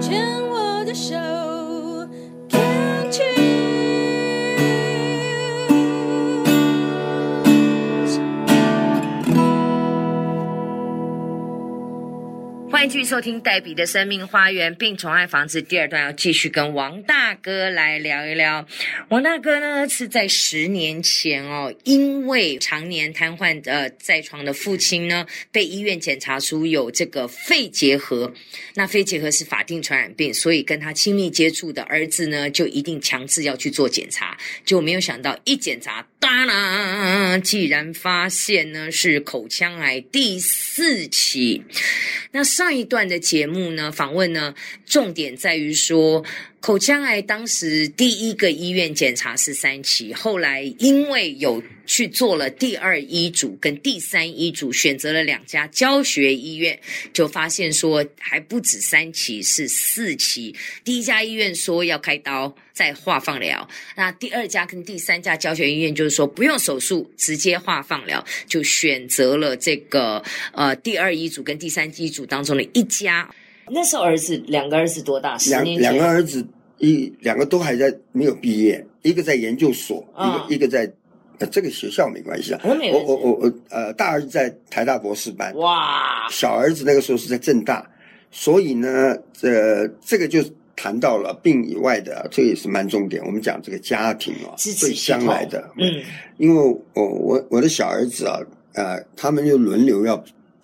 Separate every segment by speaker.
Speaker 1: 牵我的手，Can't you？
Speaker 2: 欢迎继续收听黛比的生命花园病虫害防治第二段，要继续跟王大哥来聊一聊。王大哥呢是在十年前哦，因为常年瘫痪呃在床的父亲呢，被医院检查出有这个肺结核。那肺结核是法定传染病，所以跟他亲密接触的儿子呢，就一定强制要去做检查。就没有想到一检查，当啦，既然发现呢是口腔癌第四期。那上一段的节目呢，访问呢，重点在于说，口腔癌当时第一个医院检查是三期，后来因为有去做了第二医嘱跟第三医嘱，选择了两家教学医院，就发现说还不止三期，是四期。第一家医院说要开刀，再化放疗，那第二家跟第三家教学医院就是说不用手术，直接化放疗，就选择了这个呃第二医组跟第三医组当中的一家。那时候儿子两个儿子多大？十
Speaker 3: 两
Speaker 2: 年前
Speaker 3: 两个儿子，一两个都还在没有毕业，一个在研究所，
Speaker 2: 啊
Speaker 3: 一个一个在、呃、这个学校没关系啊。
Speaker 2: 我没有
Speaker 3: 我我我我呃，大儿子在台大博士班，
Speaker 2: 哇，
Speaker 3: 小儿子那个时候是在正大，所以呢，呃，这个就谈到了病以外的，这也是蛮重点。我们讲这个家庭啊，
Speaker 2: 支持
Speaker 3: 对
Speaker 2: 系统
Speaker 3: 将来的，
Speaker 2: 嗯
Speaker 3: 因为我我我的小儿子啊，呃，他们就轮流要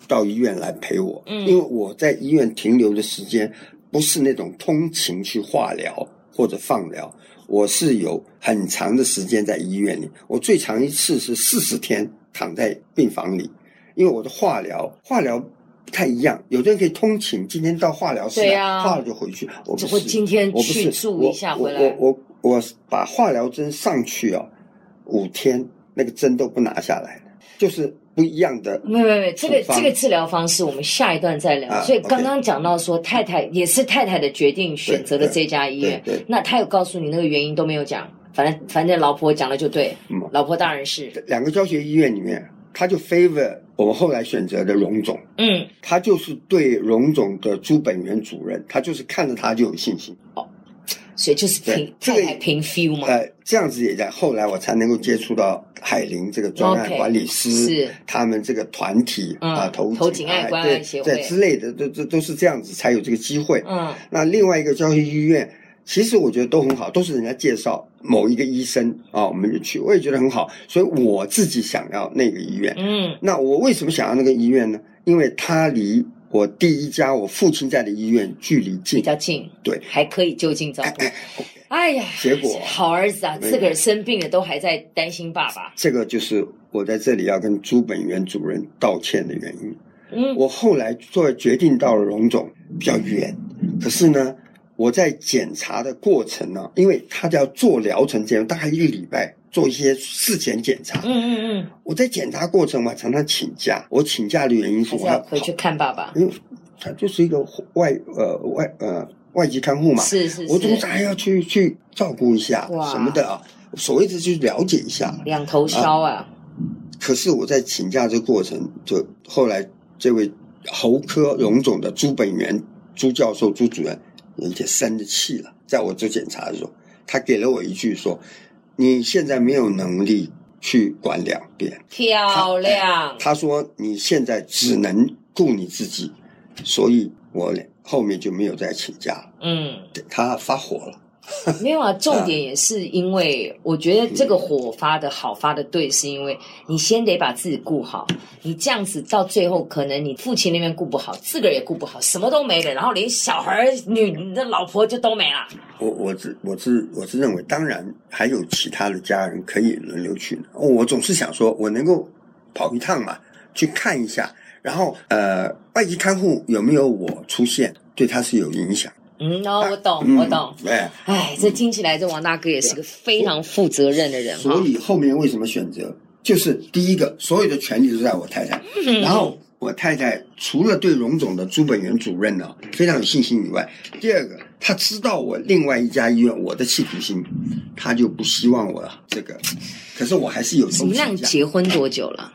Speaker 3: 到医院来陪我，
Speaker 2: 嗯
Speaker 3: 因为我在医院停留的时间不是那种通勤去化疗或者放疗，我是有很长的时间在医院里，我最长一次是四十天躺在病房里，因为我的化疗化疗。不太一样，有的人可以通勤，今天到化疗室来，
Speaker 2: 对啊
Speaker 3: 化了就回去。我不
Speaker 2: 我
Speaker 3: 是，
Speaker 2: 今天
Speaker 3: 我不
Speaker 2: 去
Speaker 3: 是
Speaker 2: 住一下回来
Speaker 3: 我我我我把化疗针上去哦，五天那个针都不拿下来，就是不一样的。
Speaker 2: 没有没有没有，这个
Speaker 3: 处方
Speaker 2: 这个治疗方式我们下一段再聊。
Speaker 3: 啊
Speaker 2: 所以
Speaker 3: OK
Speaker 2: 刚刚讲到说太太也是太太的决定选择了这家医
Speaker 3: 对
Speaker 2: 院，
Speaker 3: 对，
Speaker 2: 那他有告诉你那个原因都没有讲，反正反正老婆讲了就对，
Speaker 3: 嗯
Speaker 2: 老婆当然是
Speaker 3: 两个教学医院里面，他就 favor 我们后来选择的荣总，
Speaker 2: 嗯
Speaker 3: 他就是对荣总的朱本元主任，他就是看着他就有信心。
Speaker 2: 所以就是
Speaker 3: 对
Speaker 2: 凭
Speaker 3: 这
Speaker 2: 太
Speaker 3: 个
Speaker 2: 太凭 feel 嘛，
Speaker 3: 呃，这样子也在后来我才能够接触到海林这个专案
Speaker 2: OK，
Speaker 3: 管理师
Speaker 2: 是
Speaker 3: 他们这个团体
Speaker 2: 嗯
Speaker 3: 啊、投
Speaker 2: 投井
Speaker 3: 井
Speaker 2: 爱
Speaker 3: 爱
Speaker 2: 关爱
Speaker 3: 对
Speaker 2: 协会
Speaker 3: 对之类的，都都都是这样子才有这个机会。
Speaker 2: 嗯
Speaker 3: 那另外一个教学医院，其实我觉得都很好，都是人家介绍某一个医生啊，我们就去，我也觉得很好，所以我自己想要那个医院。
Speaker 2: 嗯
Speaker 3: 那我为什么想要那个医院呢？因为它离我第一家我父亲在的医院距离
Speaker 2: 比
Speaker 3: 近。
Speaker 2: 较近，
Speaker 3: 对，
Speaker 2: 还可以就近照顾。哎呀，
Speaker 3: 结果
Speaker 2: 好儿子啊，
Speaker 3: 没有
Speaker 2: 自个儿生病了都还在担心爸爸。
Speaker 3: 这个就是我在这里要跟朱本元主任道歉的原因。
Speaker 2: 嗯，
Speaker 3: 我后来做决定到了荣总比较远，可是呢，我在检查的过程呢，因为他要做疗程前大概一个礼拜做一些事前检查。
Speaker 2: 嗯嗯嗯，
Speaker 3: 我在检查过程，我还常常请假。我请假的原因是
Speaker 2: 还是
Speaker 3: 我
Speaker 2: 要
Speaker 3: 要
Speaker 2: 回去看爸爸。
Speaker 3: 因为他就是一个外呃外呃外籍看护嘛，
Speaker 2: 是是
Speaker 3: 我总是
Speaker 2: 是，
Speaker 3: 还要去去照顾一下
Speaker 2: 哇
Speaker 3: 什么的啊，所谓的去了解一下。
Speaker 2: 两头烧啊。
Speaker 3: 可是我在请假这过程，就后来这位喉科荣总的朱本元朱教授朱主任有一点生了气了，在我做检查的时候，他给了我一句说：“你现在没有能力去管两边。
Speaker 2: 漂亮”，
Speaker 3: 他说：“你现在只能顾你自己。”所以，我后面就没有再请假了。
Speaker 2: 嗯，
Speaker 3: 他发火了，
Speaker 2: 没有啊。重点也是因为，我觉得这个火发的好，发的对，是因为你先得把自己顾好。你这样子到最后，可能你父亲那边顾不好，自个儿也顾不好，什么都没了，然后连小孩儿、女、你的老婆就都没了。
Speaker 3: 我我是我是我是认为，当然还有其他的家人可以轮流去的。哦我总是想说，我能够跑一趟嘛，去看一下，然后呃，外籍看护有没有我出现，对他是有影响。
Speaker 2: 嗯，哦，我懂，我懂。
Speaker 3: 嗯，哎，
Speaker 2: 哎，这听起来，这王大哥也是个非常负责任的人哈。啊
Speaker 3: 所以后面为什么选择，就是第一个，所有的权利都在我太太，
Speaker 2: 嗯
Speaker 3: 然后我太太除了对荣总的朱本元主任呢、非常有信心以外，第二个，她知道我另外一家医院我的企图心，她就不希望我这个。可是我还是有
Speaker 2: 你
Speaker 3: 心
Speaker 2: 们俩
Speaker 3: 请假。
Speaker 2: 结婚多久了？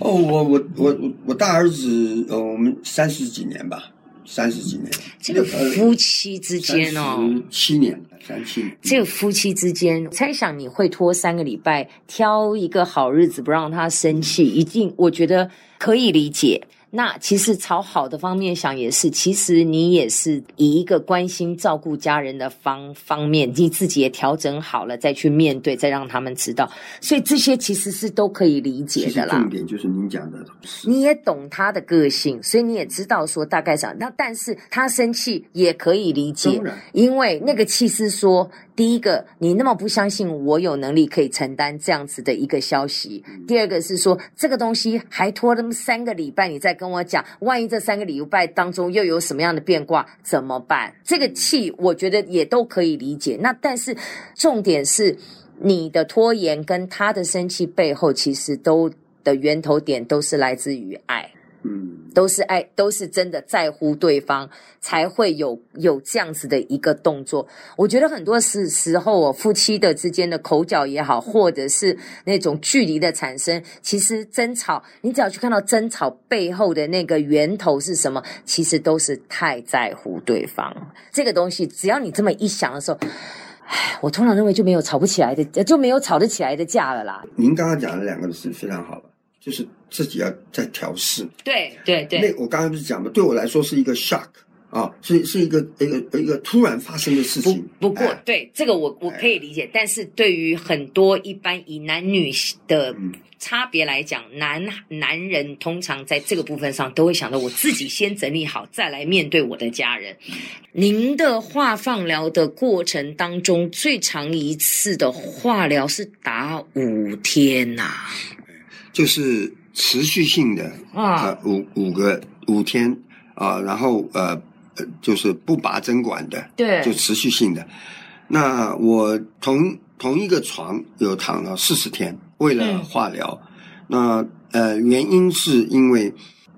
Speaker 3: 哦，我我我我大儿子，呃，我们三十几年吧，三十几年，呃
Speaker 2: 这个夫妻之间哦，
Speaker 3: 七年，三七年，
Speaker 2: 这个夫妻之间，猜想你会拖三个礼拜，挑一个好日子不让他生气，一定我觉得可以理解。那其实朝好的方面想也是，其实你也是以一个关心照顾家人的方方面，你自己也调整好了再去面对，再让他们知道。所以这些其实是都可以理解
Speaker 3: 其实
Speaker 2: 的啦
Speaker 3: 重。点就是您讲的，
Speaker 2: 你也懂他的个性，所以你也知道说大概长那，但是他生气也可以理解
Speaker 3: 当然，
Speaker 2: 因为那个气是说，第一个你那么不相信我有能力可以承担这样子的一个消息，
Speaker 3: 嗯
Speaker 2: 第二个是说这个东西还拖那么三个礼拜，你再跟我讲，万一这三个礼拜当中又有什么样的变卦怎么办？这个气
Speaker 3: 嗯
Speaker 2: 我觉得也都可以理解，那但是重点是。你的拖延跟他的生气背后，其实都的源头点都是来自于爱，
Speaker 3: 嗯，
Speaker 2: 都是爱，都是真的在乎对方，才会有有这样子的一个动作。我觉得很多时时候哦，夫妻的之间的口角也好，或者是那种距离的产生，其实争吵，你只要去看到争吵背后的那个源头是什么，其实都是太在乎对方这个东西。只要你这么一想的时候。唉，我通常认为就没有吵不起来的，就没有吵得起来的架了啦。
Speaker 3: 您刚刚讲的两个是非常好了，就是自己要再调试。
Speaker 2: 对对
Speaker 3: 那我刚刚不是讲嘛，对我来说是一个 shock 啊，是是一个一个一个突然发生的事
Speaker 2: 不
Speaker 3: 情。
Speaker 2: 不过，
Speaker 3: 哎
Speaker 2: 对这个我我可以理解，但是对于很多一般以男女的
Speaker 3: 嗯
Speaker 2: 差别来讲，男男人通常在这个部分上都会想到我自己先整理好，再来面对我的家人。
Speaker 3: 嗯
Speaker 2: 您的化放疗的过程当中，最长一次的化疗是打五天呐、
Speaker 3: 就是持续性的
Speaker 2: 啊
Speaker 3: 呃，五五个五天啊、然后呃呃就是不拔针管的，
Speaker 2: 对
Speaker 3: 就持续性的。那我同同一个床有躺了四十天，为了
Speaker 2: 嗯
Speaker 3: 化疗。那呃，原因是因为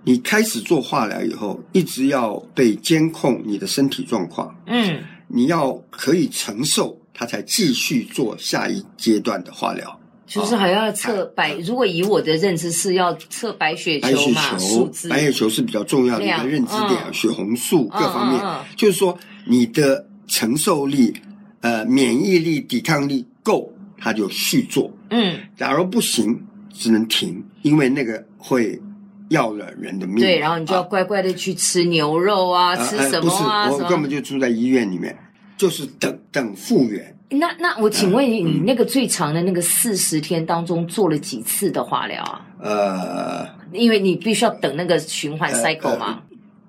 Speaker 3: 你开始做化疗以后，一直要被监控你的身体状况，
Speaker 2: 嗯，
Speaker 3: 你要可以承受，它才继续做下一阶段的化疗。
Speaker 2: 就是还要测白，如果以我的认知是要测白血
Speaker 3: 白
Speaker 2: 球
Speaker 3: 血
Speaker 2: 嘛，数
Speaker 3: 球
Speaker 2: 字，
Speaker 3: 白血球是比较重要的一个
Speaker 2: 量
Speaker 3: 认知点，
Speaker 2: 嗯
Speaker 3: 血红素各方面，
Speaker 2: 嗯嗯嗯
Speaker 3: 就是说你的承受力、呃免疫力、抵抗力够，他就续做；
Speaker 2: 嗯，
Speaker 3: 假如不行，只能停，因为那个会要了人的命。
Speaker 2: 对，然后你就要
Speaker 3: 啊
Speaker 2: 乖乖的去吃牛肉啊，
Speaker 3: 呃
Speaker 2: 吃
Speaker 3: 呃
Speaker 2: 什么啊，
Speaker 3: 不
Speaker 2: 什
Speaker 3: 是，
Speaker 2: 么
Speaker 3: 我根本就住在医院里面，就是等等复原。
Speaker 2: 那那我请问你，你那个最长的那个四十天当中做了几次的化疗啊？
Speaker 3: 呃，
Speaker 2: 因为你必须要等那个循环
Speaker 3: 呃
Speaker 2: cycle 嘛。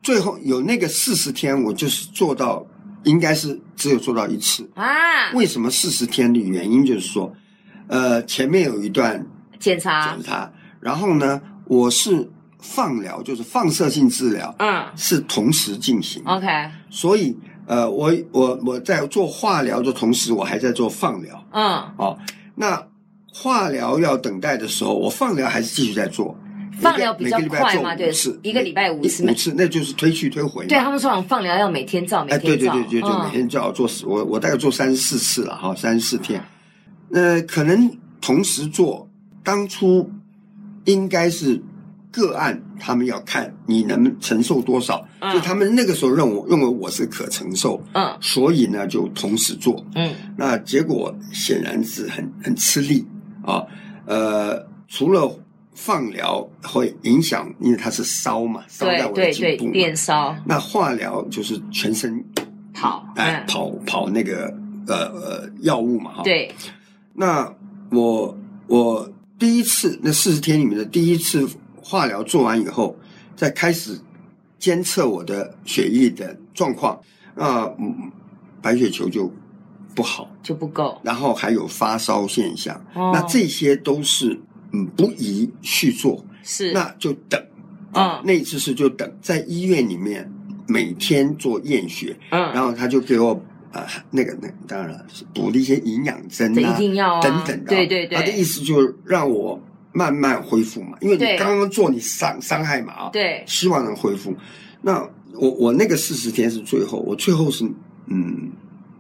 Speaker 3: 最后有那个四十天，我就是做到，应该是只有做到一次。
Speaker 2: 啊，
Speaker 3: 为什么四十天的原因就是说，呃，前面有一段
Speaker 2: 检查
Speaker 3: 检，查，然后呢，我是放疗，就是放射性治疗，
Speaker 2: 嗯
Speaker 3: 是同时进行，
Speaker 2: ，OK，
Speaker 3: 所以呃，我我我在做化疗的同时，我还在做放疗
Speaker 2: 嗯，
Speaker 3: 哦。那化疗要等待的时候，我放疗还是继续在做。
Speaker 2: 放疗比
Speaker 3: 每个
Speaker 2: 较
Speaker 3: 每个礼拜
Speaker 2: 快
Speaker 3: 做
Speaker 2: 嘛，
Speaker 3: 五
Speaker 2: 对
Speaker 3: 次，
Speaker 2: 一个礼拜五次嘛
Speaker 3: 五。次，那就是推去推回嘛。
Speaker 2: 对他们说，好像放疗要每天照，每
Speaker 3: 哎，对
Speaker 2: 天
Speaker 3: 对
Speaker 2: 照，
Speaker 3: 对对，就每
Speaker 2: 嗯
Speaker 3: 天最好做十，我我大概做三十四次了哈，三十四天。呃，可能同时做，当初应该是个案，他们要看你能承受多少，
Speaker 2: 嗯
Speaker 3: 就他们那个时候认为认为我是可承受，
Speaker 2: 嗯
Speaker 3: 所以呢就同时做。
Speaker 2: 嗯
Speaker 3: 那结果显然是很很吃力啊，呃，除了放疗会影响，因为它是烧嘛，烧在
Speaker 2: 对
Speaker 3: 我的
Speaker 2: 对
Speaker 3: 颈
Speaker 2: 对
Speaker 3: 部，嘛
Speaker 2: 电烧
Speaker 3: 那化疗就是全身
Speaker 2: 跑，
Speaker 3: 哎
Speaker 2: 嗯，，
Speaker 3: 跑跑那个呃呃药物嘛哈。。
Speaker 2: 对，
Speaker 3: 那我我第一次那四十天里面的第一次化疗做完以后，再开始监测我的血液的状况，那、嗯白血球就不好，
Speaker 2: 就不够。
Speaker 3: 然后还有发烧现象，
Speaker 2: 哦
Speaker 3: 那这些都是嗯不宜去做，
Speaker 2: 是
Speaker 3: 那就等。
Speaker 2: 嗯
Speaker 3: 那一次是就等在医院里面每天做验血，然
Speaker 2: 嗯，
Speaker 3: 后他就给我啊、呃那个那个当然了是补了一些营养针
Speaker 2: 这
Speaker 3: 啊
Speaker 2: 一定要啊，
Speaker 3: 等等的啊、
Speaker 2: 对对
Speaker 3: 他的意
Speaker 2: 对，
Speaker 3: 思就是让我慢慢恢复嘛，因为你
Speaker 2: 对
Speaker 3: 刚刚做你伤伤害嘛啊，，
Speaker 2: 对，
Speaker 3: 希望能恢复。那我我那个四十天是最后，我最后是嗯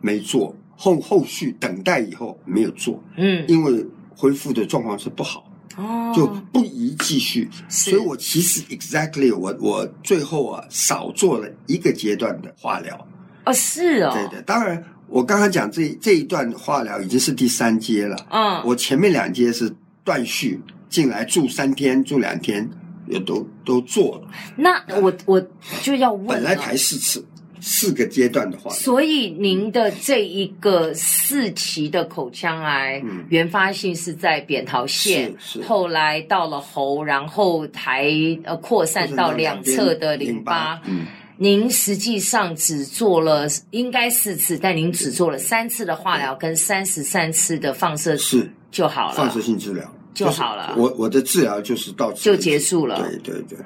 Speaker 3: 没做，后后续等待以后没有做，
Speaker 2: 嗯
Speaker 3: 因为恢复的状况是不好，
Speaker 2: 哦，
Speaker 3: 就不宜继续。
Speaker 2: 是
Speaker 3: 所以我其实 exactly 我我最后啊少做了一个阶段的化疗。
Speaker 2: 哦是哦，
Speaker 3: 对的，当然我刚刚讲这这一段化疗已经是第三阶了，
Speaker 2: 嗯，
Speaker 3: 我前面两阶是断续进来住三天住两天，也都都做了，
Speaker 2: 那我我就要问了，
Speaker 3: 本来排四次，四个阶段的化疗。
Speaker 2: 所以您的这一个四期的口腔癌，
Speaker 3: 嗯
Speaker 2: 原发性是在扁桃腺，
Speaker 3: 是是
Speaker 2: 后来到了喉，然后还呃扩散到两侧的淋巴。
Speaker 3: 嗯，
Speaker 2: 您实际上只做了应该四次，但您只做了三次的化疗跟三十三次的放射
Speaker 3: 是
Speaker 2: 就好
Speaker 3: 放
Speaker 2: 了
Speaker 3: 射。性治疗
Speaker 2: 就
Speaker 3: 就是
Speaker 2: 好了
Speaker 3: 我我的治疗就是到此
Speaker 2: 就
Speaker 3: 为止
Speaker 2: 结束了
Speaker 3: 对对对，嗯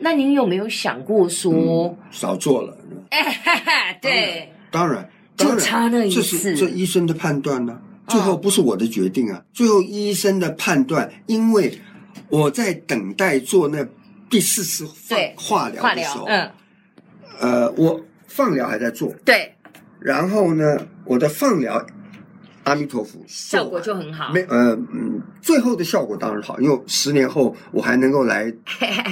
Speaker 2: 那您有没有想过说，
Speaker 3: 少做了。嗯
Speaker 2: 对，
Speaker 3: 当然，
Speaker 2: 就
Speaker 3: 当然
Speaker 2: 差那一
Speaker 3: 这
Speaker 2: 次嗯
Speaker 3: 是这医生的判断呢、最后不是我的决定啊，最后医生的判断，因为我在等待做那第四次放
Speaker 2: 对
Speaker 3: 化疗
Speaker 2: 化
Speaker 3: 的时
Speaker 2: 疗
Speaker 3: 候，，
Speaker 2: 嗯，
Speaker 3: 呃，我放疗还在做，
Speaker 2: 对，
Speaker 3: 然后呢，我的放疗，阿弥陀佛，
Speaker 2: 效果
Speaker 3: 做
Speaker 2: 就很好
Speaker 3: 完。没呃嗯，最后的效果当然好，因为十年后我还能够来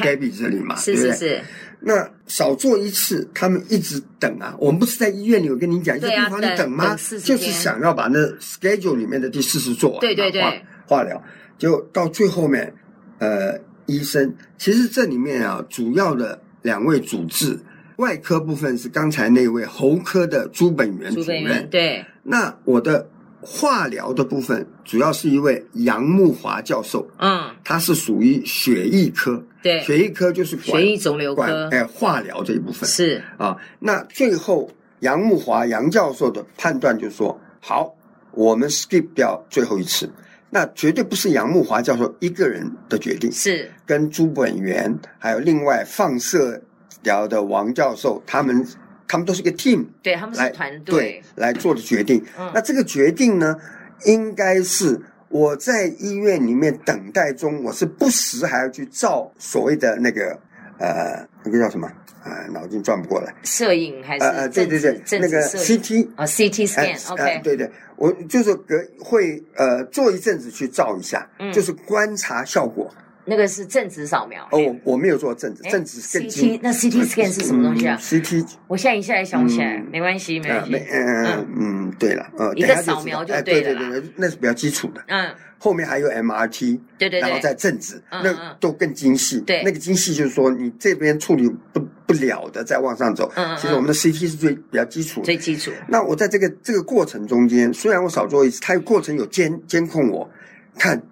Speaker 3: Debbie 这里 嘛，
Speaker 2: 是
Speaker 3: 对不
Speaker 2: 是
Speaker 3: 对？
Speaker 2: 是，
Speaker 3: 那少做一次，他们一直等啊。我们不是在医院里，我跟你讲，一个
Speaker 2: 对啊
Speaker 3: 病房里
Speaker 2: 等
Speaker 3: 吗？
Speaker 2: 等40
Speaker 3: 就
Speaker 2: 天
Speaker 3: 是想要把那 schedule 里面的第四十做完嘛，
Speaker 2: 对对对
Speaker 3: 化化疗。结果到最后面，呃，医生其实这里面啊，主要的两位主治，外科部分是刚才那位喉科的朱本元主
Speaker 2: 朱本元
Speaker 3: 任，
Speaker 2: 对，
Speaker 3: 那我的化疗的部分主要是一位杨木华教授，
Speaker 2: 嗯，
Speaker 3: 他是属于血液科，
Speaker 2: 对，
Speaker 3: 血液科就是管
Speaker 2: 血液肿瘤
Speaker 3: 管
Speaker 2: 科
Speaker 3: 哎、化疗这一部分
Speaker 2: 是
Speaker 3: 啊。那最后杨木华杨教授的判断就说：好，我们 skip 掉最后一次。那绝对不是杨木华教授一个人的决定，
Speaker 2: 是
Speaker 3: 跟朱本元还有另外放射疗的王教授，他们他们都是个 team
Speaker 2: 对，他们
Speaker 3: 来
Speaker 2: 是团
Speaker 3: 对
Speaker 2: 队，
Speaker 3: 来做的决定。
Speaker 2: 嗯
Speaker 3: 那这个决定呢，应该是我在医院里面等待中，我是不时还要去照所谓的那个呃，那个叫什么啊、呃脑筋转不过来，
Speaker 2: 摄影还是
Speaker 3: 呃呃，对
Speaker 2: 政
Speaker 3: 对
Speaker 2: 治
Speaker 3: 对，
Speaker 2: 政
Speaker 3: 那
Speaker 2: 治
Speaker 3: 个
Speaker 2: 摄影
Speaker 3: CT。
Speaker 2: 啊 CT
Speaker 3: 哎
Speaker 2: scan，OK，
Speaker 3: 对对，我就是隔会呃做一阵子去照一下，
Speaker 2: 嗯
Speaker 3: 就是观察效果。
Speaker 2: 那个是正子扫描。
Speaker 3: 哦，我我没有做正子，
Speaker 2: 哎
Speaker 3: 正子是更精
Speaker 2: CT 那 CT scan 是什么东西啊
Speaker 3: 嗯？？CT
Speaker 2: 我现在一下也想不起来，
Speaker 3: 嗯
Speaker 2: 没关系，没
Speaker 3: 呃
Speaker 2: 关
Speaker 3: 没
Speaker 2: 系。
Speaker 3: 呃嗯对了，呃
Speaker 2: 一个
Speaker 3: 等下就知道
Speaker 2: 扫描就
Speaker 3: 哎
Speaker 2: 对
Speaker 3: 对
Speaker 2: 了啦
Speaker 3: 对对，那是比较基础的。
Speaker 2: 嗯，
Speaker 3: 后面还有 MRT，
Speaker 2: 对对
Speaker 3: 然后
Speaker 2: 对，
Speaker 3: 再正直，
Speaker 2: 嗯
Speaker 3: 那
Speaker 2: 嗯
Speaker 3: 都更精细。
Speaker 2: 对
Speaker 3: 那个精细就是说你这边处理不不了的，再往上走。
Speaker 2: 嗯嗯
Speaker 3: 其实我们的 CT 是最比较基础的。
Speaker 2: 最基础。
Speaker 3: 那我在这个这个过程中间，虽然我少做一次，它过程有监监控我，看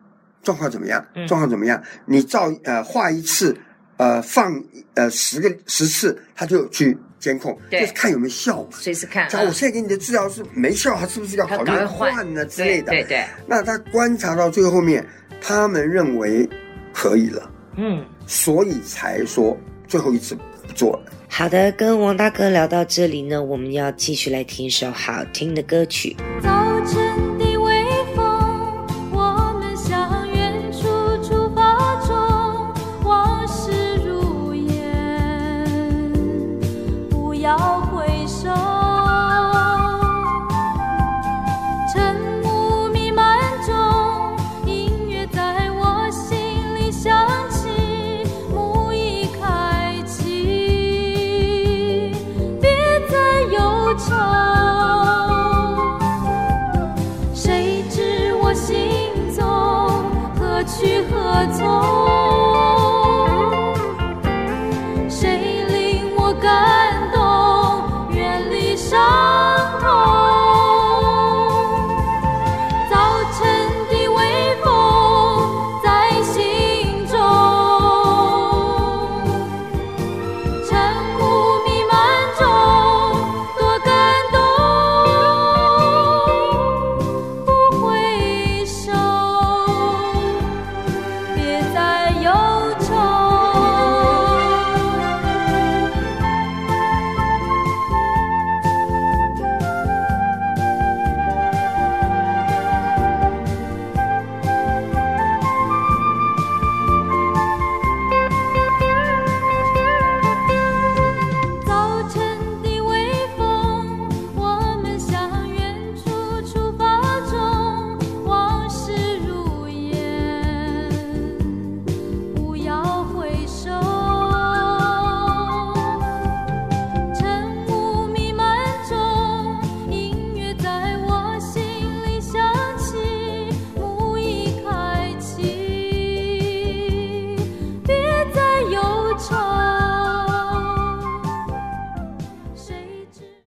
Speaker 3: 状况怎么样
Speaker 2: 嗯，
Speaker 3: 状况怎么样。你照呃画一次，呃放呃十个十次，它就有去监控，
Speaker 2: 对
Speaker 3: 就是看有没有效嘛。
Speaker 2: 随时看，
Speaker 3: 假如我
Speaker 2: 嗯
Speaker 3: 现在给你的治疗是没效，它是不是要
Speaker 2: 它
Speaker 3: 考虑
Speaker 2: 赶快换
Speaker 3: 换呢之类
Speaker 2: 对对
Speaker 3: 的？
Speaker 2: 对，
Speaker 3: 那他观察到最后面，他们认为可以了，
Speaker 2: 嗯，
Speaker 3: 所以才说最后一次不做了。
Speaker 4: 好的，跟王大哥聊到这里呢，我们要继续来听一首好听的歌曲。
Speaker 1: 早晨的微风，我们向远处出发中，往事如烟，不要回首。晨雾弥漫中，音乐在我心里响起，幕已开启，别再忧愁。